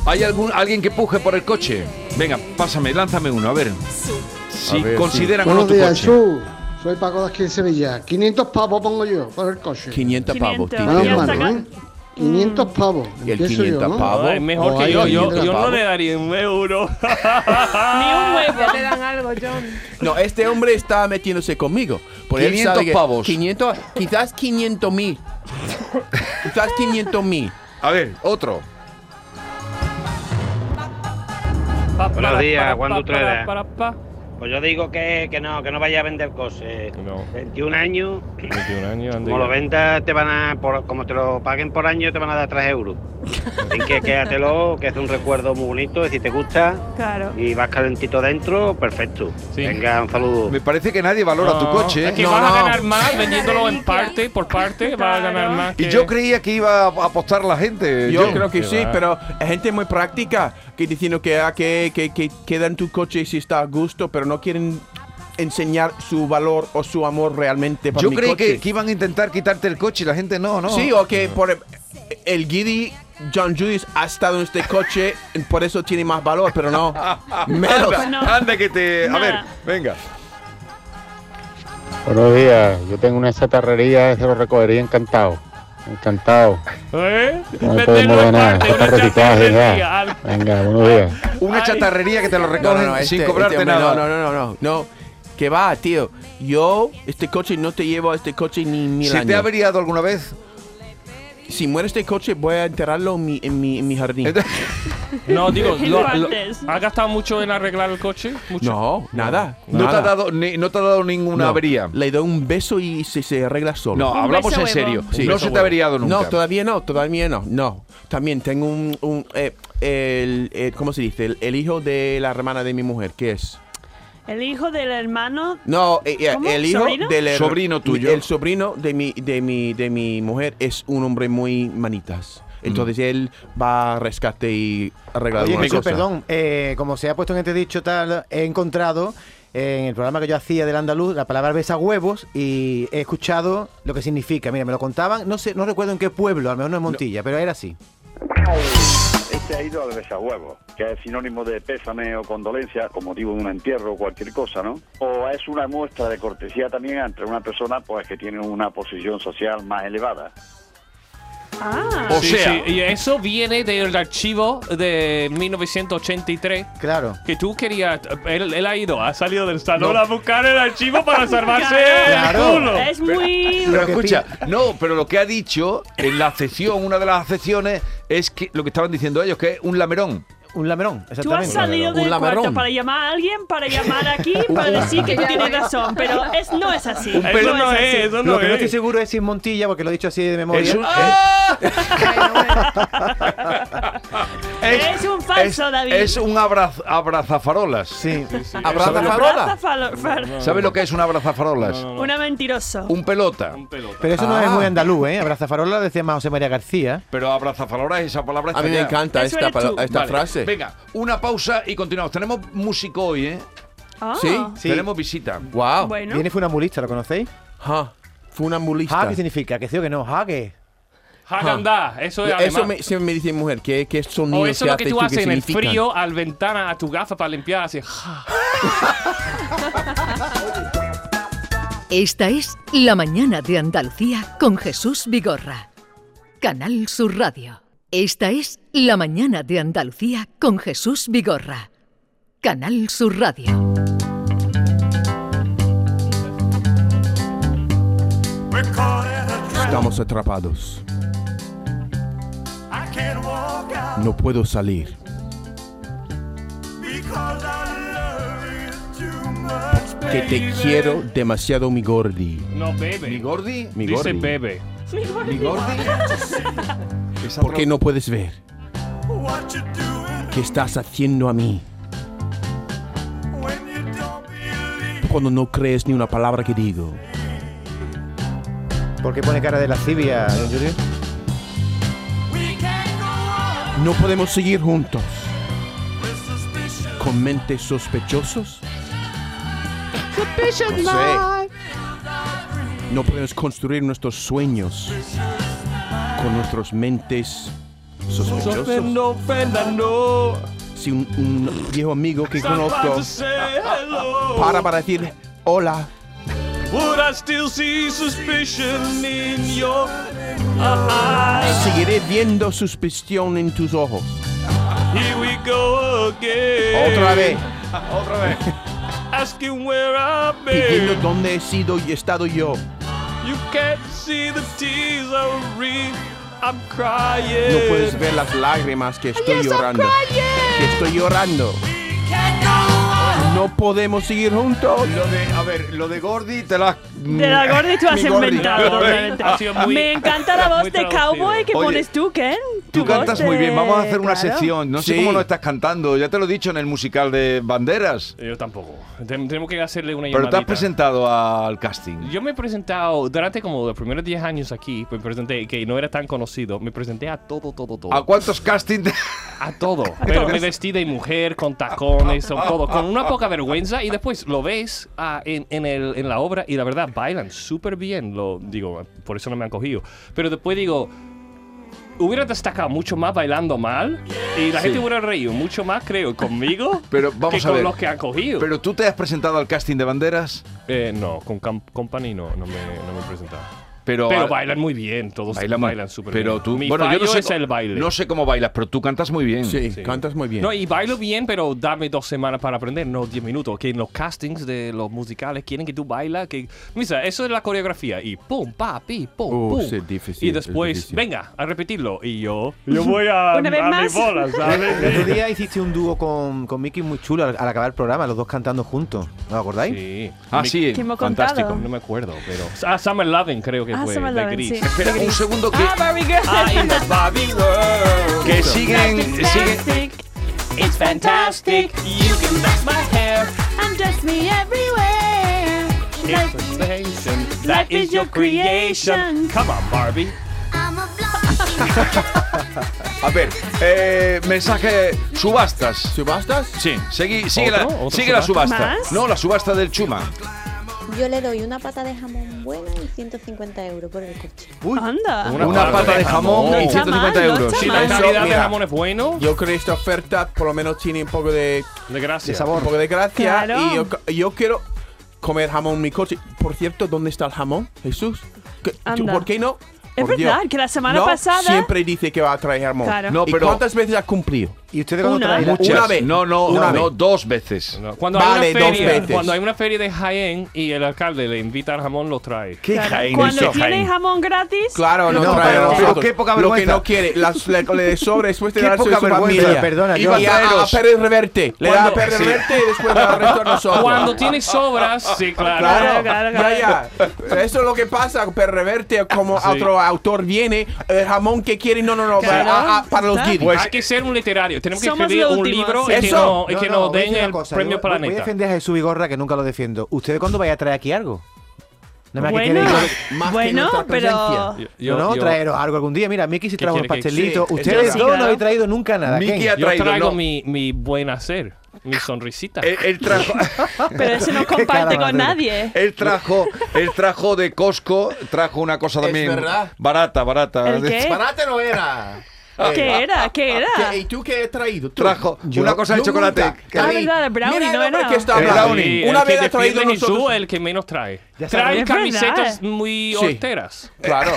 B: ¿Hay algún, alguien que puje por el coche? Venga, pásame, lánzame uno, a ver. Si consideran uno
K: Buenos
B: tu
K: días,
B: coche.
K: Chu. Soy Paco de aquí de Sevilla. 500 pavos pongo yo por el coche.
C: 500 pavos, 500.
K: Mano,
C: tío.
K: mano, ¿eh? 500 pavos.
C: Y el
K: Empiezo
C: 500
K: yo, ¿no?
C: pavos.
F: Ay, mejor
K: O
F: que
K: hay
F: yo.
K: alguien
F: Yo,
K: que la
F: yo no
K: pago.
F: le daría un euro.
G: Ya te dan algo, John.
C: No, este hombre está metiéndose conmigo. Por él
B: 500
C: sabe que
B: pavos.
C: 500, quizás 500 mil. quizás 500 mil.
B: A ver, otro.
L: Buenos días, ¿cuándo tú eres?
F: Para, para,
L: Pues yo digo que, que no, que no vaya a vender coches.
F: No,
L: 21 años,
F: 21 años, ande
L: como lo
F: ya.
L: vendas, te van a, por- como te lo paguen por año, te van a dar 3 euros. Así que quédatelo, que es un recuerdo muy bonito, y si te gusta
D: Claro.
L: y vas calentito dentro, perfecto. Venga, un saludo.
B: Me parece que nadie valora tu
F: No,
B: coche. ¿eh?
F: Es que
B: No,
F: vas
B: no.
F: a ganar más vendiéndolo en parte, por parte, vas a ganar más.
B: Y
F: que-
B: yo creía que iba a apostar la gente.
C: Yo creo que
B: Qué
C: sí,
B: va.
C: pero hay gente muy práctica que diciendo que, ah, que, que, que quedan tu coche si está a gusto, pero no quieren enseñar su valor o su amor realmente para
B: Yo
C: mi
B: creí
C: coche.
B: que, que iban a intentar quitarte el coche y la gente no, ¿no?
C: Sí, o que por el, el Giddy John Judas ha estado en este coche, por eso tiene más valor,
B: <laughs>
C: pero no. Menos.
B: Anda, anda que te. A ver, venga.
M: Buenos días, yo tengo una chatarrería, se lo recogería encantado. Encantado.
F: ¿Eh?
M: No me
F: Venderlo
M: podemos
F: en
M: ganar.
F: parte,
M: Está
F: una
M: reciclaje
F: chatarrería,
M: ya.
F: al-
M: Venga, buenos días.
B: Una chatarrería que te lo
C: No, no,
B: recogen
C: no, este-
B: sin cobrarte
C: este hombre,
B: nada.
C: No, no, no, no, no, no. Que va, tío. Yo, este coche, no te llevo a este coche ni mil
B: ¿Se te
C: años.
B: ha averiado alguna vez?
C: Si muere este coche, voy a enterrarlo en mi, en mi, en
B: <laughs>
C: mi jardín.
D: <laughs>
F: No, digo,
C: Y
F: lo-
C: lo
F: lo-
C: antes.
F: ¿has gastado mucho en arreglar el coche? Mucho.
C: no, nada.
B: No te ha dado, ni- no te ha dado ninguna avería.
C: Le doy un beso y se, se arregla solo.
B: No, Un hablamos beso en huevo. serio. No se te ha averiado nunca.
C: No, todavía no, todavía no. No. También tengo un. un, eh, el, eh, ¿Cómo se dice? El, el hijo de la hermana de mi mujer, ¿qué es?
D: El hijo del hermano.
C: No, eh, eh,
D: ¿Cómo?
C: el hijo
D: ¿Sobrino?
C: del her-
B: Sobrino tuyo.
C: El sobrino de mi, de mi, de mi mujer es un hombre muy manitas. Entonces
B: Mm.
C: él va a rescate y arregla
E: Oye,
C: alguna
E: Kiko,
C: cosa.
E: perdón, eh, como se ha puesto en este dicho tal, he encontrado eh, en el programa que yo hacía del andaluz la palabra besahuevos y he escuchado lo que significa. Mira, me lo contaban, no sé, no recuerdo en qué pueblo, a lo mejor no es Montilla, pero era así.
N: Este ha ido al besahuevo, que es sinónimo de pésame o condolencia con motivo de un entierro o cualquier cosa, ¿no? O es una muestra de cortesía también entre una persona pues que tiene una posición social más elevada.
D: Ah.
F: O
B: sea-
F: y eso viene del archivo de 1983.
E: Claro.
F: Que tú querías. Él, él ha ido, ha salido del salón a buscar el
D: <laughs>
F: archivo para salvarse el culo.
D: Es muy.
B: Pero escucha, no, pero lo que ha dicho en la sección, una de las secciones, es que lo que estaban diciendo ellos, que es un lamerón.
E: Un lamerón,
D: Tú has salido del cuarto para llamar a alguien, para llamar aquí, para decir que tú tienes razón, pero es, no es así.
E: Un
D: no es así.
E: lo que no estoy seguro es si es Montilla, porque lo he dicho así de memoria. Ah.
B: Es un- <laughs>
D: Es un falso,
B: es-
D: David.
B: Es un abraz- abrazafarolas.
E: Sí.
D: Abraza falo- far-
B: ¿Sabes lo que es un abrazafarolas?
D: Una mentiroso.
B: Un pelota.
E: Pero eso no
B: Ah.
E: es muy andaluz, ¿eh? Abrazafarola lo decía más José María García.
B: Pero abrazafarolas, esa palabra
E: A mí
B: está
E: me
B: ya.
E: encanta Eso esta eres pala- tú. esta frase.
B: Venga, una pausa y continuamos. Tenemos músico hoy, ¿eh?
D: Ah.
B: Tenemos visita.
C: Wow.
D: Bueno.
E: Viene funambulista, ¿lo conocéis?
C: Ja. Funambulista.
E: Ja,
B: Ah,
E: ¿qué significa? Que sí o que no, ja, que.
F: Hagandá, eso es
C: Eso
F: alemán.
C: me, se me dice mi mujer, que, que estos
F: o
C: niños
F: eso
C: que
F: es
C: haces
F: lo que tú haces en el
C: significan.
F: frío al ventana a tu gafa para limpiar, así. <laughs>
A: Esta es La mañana de Andalucía con Jesús Vigorra. Canal Sur Radio. Esta es La mañana de Andalucía con Jesús Vigorra. Canal Sur Radio.
C: Estamos atrapados. No puedo salir. Que te quiero demasiado, mi gordi.
F: No, bebe. ¿Mi
B: gordi?
C: Mi gordi.
F: Dice bebe.
E: <laughs>
D: Mi gordi.
C: gordi.
B: Esa
C: porque
B: tra-
C: no puedes ver qué estás haciendo a mí. Cuando no crees ni una palabra que digo.
E: ¿Por qué pone cara de lascivia, Yuri?
C: No podemos seguir juntos. Con mentes sospechosos.
J: Sufficient
C: No sé.
J: life.
C: No podemos construir nuestros sueños con nuestros mentes sospechosos.
B: Fernando, Fernando.
C: Si un, un viejo amigo que conozco para
F: Para
C: para decir hola,
F: Would I still see suspicion in your eyes?
C: seguiré viendo suspicion en tus ojos.
F: Here we go again.
C: Otra vez.
B: Otra vez.
F: Asking where I've
C: Diciendo
F: been.
C: dónde he sido y he estado yo.
F: You can't see the tears I read. I'm
C: No puedes
F: crying.
C: ver las lágrimas que estoy
F: Yes, I'm
C: llorando. Que estoy llorando. No podemos seguir juntos.
B: Lo de, a ver, lo de Gordy te la.
D: De la Gordy tú
B: <laughs>
D: has
B: Mi Gordy.
D: inventado,
B: Gordy.
D: realmente.
B: Ha sido muy-
D: Me encanta la
B: muy
D: voz de
B: traducido.
D: cowboy que
B: Oye,
D: pones tú, Ken.
B: Tú
D: Tu voz
B: cantas muy
D: de-
B: bien, vamos a hacer una
D: claro.
B: sección. No
C: Sí.
B: sé cómo no estás cantando, ya te lo he dicho en el musical de Banderas.
F: Yo tampoco. Ten- Tenemos que hacerle una
B: Pero te has
F: llamadita.
B: presentado al casting.
F: Yo me he presentado durante como los primeros 10 años aquí, me presenté que no era tan conocido, me presenté a todo, todo, todo.
B: ¿A cuántos castings?
F: A
B: <laughs>
F: todo. Pero me vestí de mujer, con tacones, con todo, con una poca vergüenza. Y después lo ves ah, en, en el- en la obra y la verdad bailan súper bien. Lo digo, por eso no me han cogido. Pero después digo, hubiera destacado mucho más bailando mal y la
B: Sí.
F: gente hubiera reído mucho más, creo, conmigo
B: <laughs> Pero vamos
F: que
B: a
F: con
B: ver.
F: los que han cogido.
B: Pero tú te has presentado al casting de Banderas,
F: Eh, no, con Cam- Company no, no me, no me he presentado.
B: pero.
F: Pero
B: a-
F: bailan muy bien, todos bailan,
B: muy-
F: súper bien.
B: ah, Pero tú,
F: Mi
B: bueno, yo no
F: fallo
B: sé,
F: es el baile.
B: No sé cómo bailas, pero tú cantas muy bien.
C: Sí, cantas muy bien.
F: No, y bailo bien, pero dame dos semanas para aprender, no diez minutos. Que en los castings de los musicales quieren que tú bailas, que... Mira, eso es la coreografía. Y pum, pa, pi, pum,
C: Uh,
F: pum.
C: sí, es difícil,
F: y
C: es
F: después,
C: difícil.
F: venga, a repetirlo. Y yo... Yo voy a...
D: Una vez a mi más. bola,
E: <laughs> El otro día hiciste un dúo con, con Mickey muy chulo al, al acabar el programa, los dos cantando juntos. ¿No os acordáis?
F: Sí.
B: Ah, sí,
D: ¿Qué hemos
B: fantástico.
D: contado?
F: No me acuerdo, pero... Ah, Summer Loving creo que
D: Ah,
F: fue,
D: Summer
F: de
D: Lovin',
F: Gris.
D: sí.
B: Espera un segundo que,
D: Ah, Barbie Girl.
B: que siguen. siguen
D: It's fantastic. You can brush my hair. And dress me everywhere. Life-
F: That is your creation. Come on, Barbie.
B: a ver, eh, mensaje: subastas.
C: ¿Subastas?
B: Sí, segui- sigue, la,
F: ¿Otro? ¿Otro
B: sigue la
F: subasta?
B: subasta.
F: ¿Más?
B: No, la subasta del Chuma.
O: Yo le doy una pata de jamón buena y 150 euros por el coche.
D: Anda.
B: Una, pata de jamón y
D: está mal,
B: 150
D: no
B: euros.
D: está
B: Sí, la-
D: mal.
F: calidad de
C: mira,
F: jamón es bueno.
C: Yo creo que esta oferta por lo menos tiene un poco de,
F: De gracia.
C: Un poco de gracia.
D: Claro.
C: Y yo, ca- yo quiero comer jamón en mi coche. Por cierto, ¿dónde está el jamón, Jesús? ¿Qué- tú-
D: Anda.
C: ¿Por qué no?
D: Es
C: Por
D: verdad
C: Dios.
D: que la semana
C: No,
D: pasada.
C: Siempre dice que va a traer jamón.
D: Claro.
B: No,
C: ¿Y
B: pero-
C: cuántas veces ha cumplido?
E: ¿Y ustedes cuando
D: Una.
E: traen la-
B: Muchas.
C: Una vez.
B: No, no,
C: Una
B: no,
C: vez.
B: dos veces.
F: No, Cuando,
C: Vale,
F: hay una
C: dos
F: feria,
C: veces.
F: cuando hay una feria de Jaén y el alcalde le invita al jamón, lo trae.
B: ¿Qué
D: Claro,
B: Jaén
D: Cuando
B: eso?
D: tiene jamón gratis.
C: Claro, no,
E: No,
C: trae
E: pero-
C: a nosotros.
B: pero qué poca
C: Lo que
B: vergüenza.
C: no quiere, las- le, le sobra después de
E: Qué
C: dar a su
E: poca vergüenza,
C: familia.
E: perdona,
C: y
E: yo-
C: va a, a
B: Traeros.
C: Pérez Reverte. Le da a
F: Cuando-
C: Pérez
B: Sí.
C: Reverte y después da el resto a nosotros.
F: Ah, Cuando tiene sobras, sí,
C: <laughs>
F: claro.
C: Claro,
D: Claro, claro,
C: ya, ya. Eso es lo que pasa, pero reverte como
F: Sí.
C: otro autor viene, el jamón que quiere, no, no, no,
D: Claro.
C: para, a- para los
D: Está.
C: guiris.
F: hay que ser un literario. Tenemos que
D: Somos
F: escribir
D: los
F: un
D: últimos,
F: libro
C: sí.
F: y que,
C: Pues Eso.
F: no, y que
E: No, no,
F: nos
E: voy
F: den
E: a decir una
F: el
E: cosa,
F: premio
E: yo voy- Voy a
F: Planeta.
E: defender a Jesús Vigorra, que nunca lo defiendo. ¿Ustedes cuándo vais a traer aquí algo? No me
D: Bueno,
E: que queréis-
C: Más que
D: bueno,
C: nuestra
D: pero.
C: presencia.
F: Yo-
E: no,
F: yo-
E: traeros algo algún día. Mira, Miki se trajo unos
F: quiere que-
E: pastelitos.
C: Sí,
E: Ustedes
C: sí,
E: dos
D: claro.
E: no habéis traído nunca nada.
B: Miki
E: ¿Quién?
B: ha
F: yo
B: traído.
F: traigo
B: no. Eh,
F: mi, mi buen hacer, mi sonrisita.
B: Él, él trajo.
D: Pero
B: <laughs>
D: eso no
E: cara
D: comparte
E: más
D: con
E: dura.
D: nadie.
B: Él trajo, él trajo de Costco, trajo una cosa también
C: verdad.
B: barata, barata. <laughs>
D: ¿El qué?
C: Disparate no era. Eh,
D: ¿Qué era?
B: Ah,
D: ¿Qué era?
C: ¿Qué- ¿Y tú qué has traído? Tú.
B: Trajo
C: Yo-
B: una cosa de
C: Nunca.
B: chocolate.
C: Qué
D: Ah,
C: rico.
D: verdad, el brownie,
C: Mira el
D: no
C: hombre
D: era.
C: que está
B: El
C: hablando.
B: brownie.
C: Una
F: el que
C: vez ha traído
F: defiende Jesús
C: nosotros.
F: es el que menos trae.
E: Ya sabes.
F: Trae
D: Es verdad.
F: camisetas muy
C: Sí.
F: horteras.
C: Claro.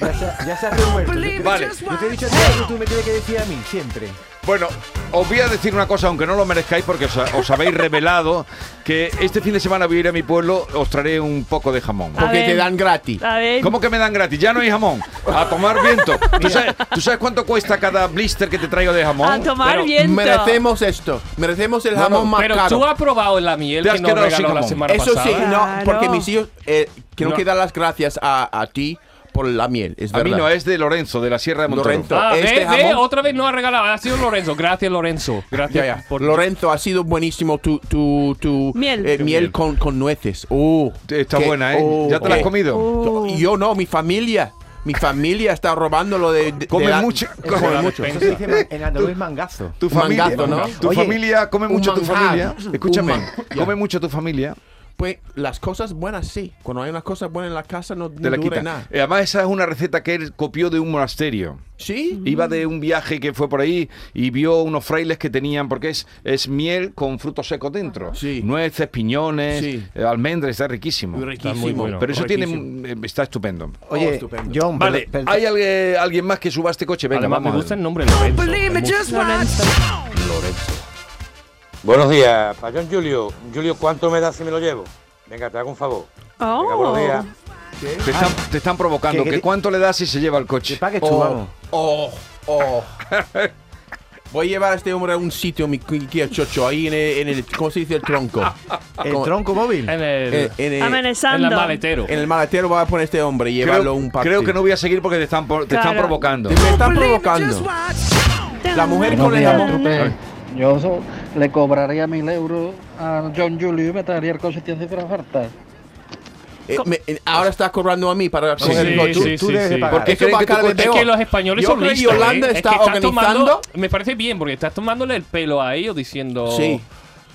E: Ya se- Ya se ha revuelto. Yo
B: Vale.
E: te he dicho a ti algo que tú me tienes que decir a mí, siempre.
B: Bueno, os voy a decir una cosa, aunque no lo merezcáis, porque os, os habéis revelado que este fin de semana voy a ir a mi pueblo, os traeré un poco de jamón.
D: A
C: Porque
D: ver.
C: te dan gratis.
D: A ver.
B: ¿Cómo que me dan gratis? Ya no hay jamón. A tomar
D: <laughs>
B: viento. ¿Tú sabes, tú sabes cuánto cuesta cada blister que te traigo de
D: A
B: jamón?
D: tomar
F: Pero
D: viento.
C: Merecemos esto. Merecemos el jamón más
F: Pero
C: caro.
F: tú has probado la miel
B: Te
F: que
B: has
F: nos
B: quedado sin
F: regaló la
B: jamón.
F: semana
C: Eso
F: pasada.
C: sí, no,
D: Claro.
C: porque mis hijos, eh, quiero
F: No.
C: que dar las gracias a, a ti por la miel, es
B: A
C: verdad.
B: mí no, es de Lorenzo, de la Sierra de Montoro.
C: Lorenzo,
F: Ah,
C: este
F: ve, ve,
C: jamón-
F: otra vez no ha regalado. Ha sido Lorenzo. Gracias, Lorenzo. Gracias.
C: Ya, ya. Lorenzo, ha sido buenísimo tu, tu, tu
F: Miel.
C: eh,
F: Tu
C: miel
F: miel.
C: con, con nueces. Uh,
B: Está buena, ¿eh? ¿Ya te la has comido? Oh.
C: Yo no, mi familia. Mi familia está robando lo de... de-
B: Come
C: de la- <laughs>
B: mucho,
C: Eso
B: come
C: es,
B: mucho.
C: eso
E: Eso se
C: sí.
E: dice man- en andaluz mangazo.
B: Tu familia,
C: Mangazo, ¿no?
B: tu
C: Oye,
B: familia come
C: un
B: mucho tu
C: manjar.
B: familia.
C: Un
B: Escúchame,
C: man- ya.
B: come mucho tu familia.
C: Pues las cosas buenas sí. Cuando hay unas cosas buenas en la casa no,
B: Te
C: no
B: la
C: dura
B: quita.
C: nada.
B: Eh, Además, esa es una receta que él copió de un monasterio.
C: ¿Sí?
B: Iba de un viaje que fue por ahí y vio unos frailes que tenían, porque es, es miel con frutos secos dentro. Nueces, piñones,
C: Sí.
B: eh, almendras, está riquísimo.
C: Riquísimo. Está muy bueno.
B: Pero eso
C: Riquísimo.
B: tiene, eh, está estupendo.
E: Oye, John,
B: vale,
E: perdón, perdón.
B: ¿hay alguien, alguien más que suba este coche? Venga,
F: Además,
B: vamos.
F: me gusta el nombre Lorenzo.
J: Believe it just once.
L: Buenos días, Payón Julio. Julio, ¿cuánto me das si me lo llevo? Venga, te hago un favor.
D: Oh,
L: Venga, buenos días.
B: Te están, te están provocando.
E: Que-
B: ¿Que
E: que-
B: ¿Cuánto le das si se lleva el coche?
E: pague
C: Oh,
E: tú, vamos.
C: oh, oh. Voy a llevar a este hombre a un sitio, mi quilla chocho, ahí en el, en el- ¿Cómo se dice el tronco?
E: El
C: ah, Como-
E: tronco móvil.
F: En
C: En,
F: el,
C: en el,
F: en
D: Amenazando.
F: la maletero.
C: Eh, en el maletero voy a poner a este hombre y llevarlo a un partido.
B: creo que no voy a seguir porque te están, por- te están
D: Claro.
B: provocando.
C: Te me están provocando. La mujer con el amor.
M: Yo so- le cobraría mil euros a John Julio y me traería el coche si hace falta.
C: Eh, me- eh, ahora estás cobrando a mí para
F: Sí,
C: coger el coche.
F: sí,
C: Tú-
F: sí,
C: tú debes
F: sí.
C: de pagar.
B: Porque
C: Eso
B: creen
C: va
B: que
C: a
B: tú
C: cara de
F: Es
C: teo.
F: que los españoles
C: Yo
F: son
C: creo que
F: listos.
C: Yolanda
F: ¿eh? Es
C: está
F: que estás
C: organizando.
F: tomando- me parece bien, porque estás tomándole el pelo a ellos diciendo.
C: Sí.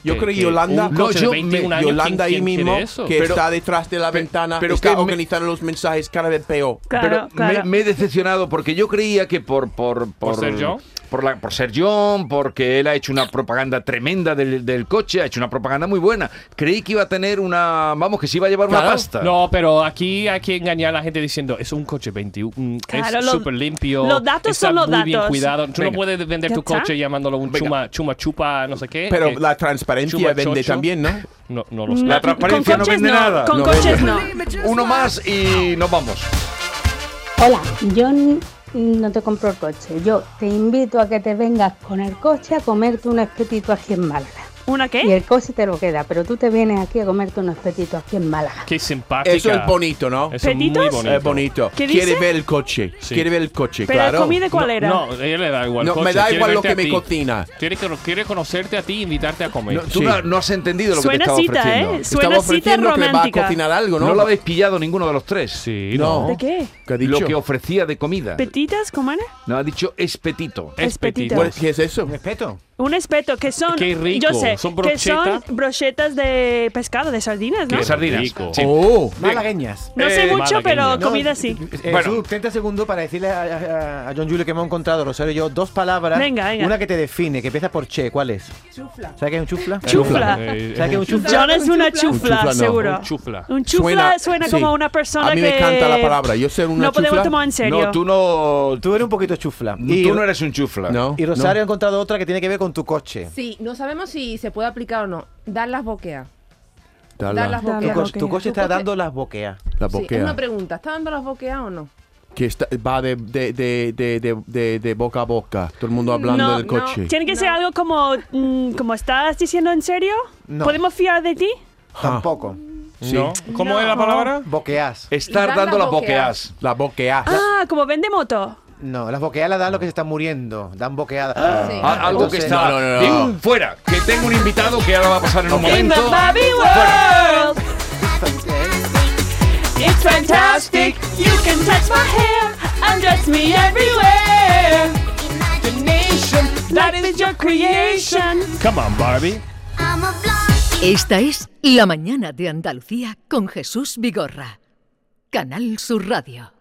C: Yo
F: que-
C: creo que
F: que
C: Yolanda,
F: un coche de
C: yo-
F: 21
C: me-
F: años,
C: Yolanda ahí
F: ¿quién- quién quiere
C: mismo,
F: eso?
C: que
B: Pero-
C: está detrás de la
B: pe-
C: ventana,
B: pero
C: está
B: que me-
C: organizando los mensajes cara de peo.
D: Claro,
B: Pero me-
D: claro.
B: Me, he decepcionado porque yo creía que por por,
F: ¿Por ser John?
B: por, la- por ser John, porque él ha hecho una propaganda tremenda del, del coche, ha hecho una propaganda muy buena. Creí que iba a tener una, vamos, que se iba a llevar una
F: Claro.
B: pasta.
F: No, pero aquí hay que engañar a la gente diciendo, es un coche 21, mm,
D: Claro,
F: es
D: lo-
F: súper limpio.
D: los datos
F: está
D: son los
F: muy bien
D: datos.
F: cuidado. Tú
B: Venga.
F: no puedes vender
D: Ya
F: tu
D: está.
F: coche llamándolo un chuma, chuma chupa, no sé qué.
C: Pero
F: eh,
C: la transparencia
F: chuma
C: vende
F: chocho.
C: también, ¿no?
F: No, no lo sé.
B: La transparencia no
D: coches
B: vende
D: no,
B: nada.
D: con
B: No
D: coches
B: vende.
D: no.
B: Uno más y nos vamos.
P: Hola, yo n- no te compro el coche. Yo te invito a que te vengas con el coche a comerte un espetito aquí en Málaga.
D: ¿Una
P: Y
D: qué?
P: el coche te lo queda, pero tú te vienes aquí a comerte un espetito aquí en Málaga.
F: Qué simpática.
C: Eso es bonito, ¿no?
F: Eso es muy
D: ¿Petitos?
F: bonito.
C: Es bonito.
D: ¿Qué
C: Quiere
D: dice?
C: ver el coche.
F: Sí.
C: Quiere ver el coche,
D: ¿Pero
C: claro.
D: el comida cuál era?
F: No, a ella le da igual.
C: No,
F: coche,
C: me da
F: quiere
C: igual lo
F: verte
C: que
F: a
C: me
F: ti.
C: cocina.
F: Quiere, que- quiere conocerte a ti e invitarte a comer.
B: No, tú
C: Sí.
B: no, no has entendido lo que te
D: Suena
B: estaba
D: cita,
B: ofreciendo.
D: ¿eh?
C: Estaba
D: Suena cita
C: ofreciendo que va a
D: romántica.
C: cocinar algo, ¿no?
B: No lo habéis pillado ninguno de los tres.
F: Sí,
C: No.
D: ¿De qué?
C: ¿Qué ha dicho?
B: Lo que ofrecía de comida.
D: ¿Petitas, comana?
B: No ha dicho espetito.
F: Es
D: Espetito.
F: petito.
C: Bueno, ¿Qué es eso?
E: Respeto.
D: Un espeto, que son.
F: Qué rico,
D: Yo sé,
F: son
D: que son
F: brochetas.
D: brochetas de pescado, de sardinas, ¿no?
B: De sardinas.
F: rico.
B: Sí.
C: Oh.
E: Malagueñas.
D: No sé
B: Eh,
D: mucho, pero
F: malagueña.
D: comida sí.
E: Eh,
B: Bueno.
E: Jesús, 30 segundos para decirle a, a- a John Julio que hemos encontrado, Rosario y yo, dos palabras.
D: Venga, venga.
E: Una que te define, que empieza por che, ¿cuál es?
G: Chufla.
E: ¿Sabes qué es un chufla?
D: Chufla.
F: Eh,
E: ¿Sabes qué es un chufla?
D: John es una
C: Un
D: chufla,
C: chufla no,
F: es
D: seguro.
F: un chufla.
D: Un chufla suena, como una persona
C: A mí
D: que.
C: me encanta la palabra. Yo ser una
D: no podemos
C: chufla-
D: tomar en serio.
B: No, tú no.
E: Tú eres un poquito chufla. Y,
B: Tú no eres un chufla.
C: No.
E: y Rosario ha encontrado otra que tiene que ver con tu coche.
G: Sí, no sabemos si se puede aplicar o no. Dar las boqueas.
C: Dala.
G: Dar las
P: Dar
E: Tu,
P: las
E: co-
G: boqueas.
E: tu
P: boquea.
E: coche
G: Tu
E: está
G: coche-
E: dando las boqueas.
C: La
G: Sí, es
C: boquea.
G: una pregunta. ¿Está dando las boqueas o no?
C: que está- va de, de, de, de, de, de- de boca a boca. Todo el mundo hablando
D: No,
C: del
G: no.
C: coche.
D: Tiene que
G: No.
D: ser algo como. mm, como estás diciendo en serio.
E: No.
D: ¿Podemos fiar de ti?
B: Ah.
E: Tampoco.
C: Sí.
F: No. ¿Cómo es la
D: No.
F: palabra?
E: Boqueas.
G: Y
B: Estar
G: dan
B: dando
G: las
B: las boqueas.
C: La boquea.
D: Ah, como vende moto.
E: No, las boqueas las dan los que se están muriendo. Dan boqueadas.
G: Sí.
B: A- Ah, algo que
E: Entonces-
B: está.
C: No, no, no.
B: Bien, fuera. Que tengo un invitado que ahora va a pasar en un
D: In
B: momento.
D: the Bobby world. It's fantastic. You can touch my hair, undress me everywhere. Imagination, that is your creation.
F: Come on, Barbie.
A: Esta es La Mañana de Andalucía con Jesús Vigorra. Canal Sur Radio.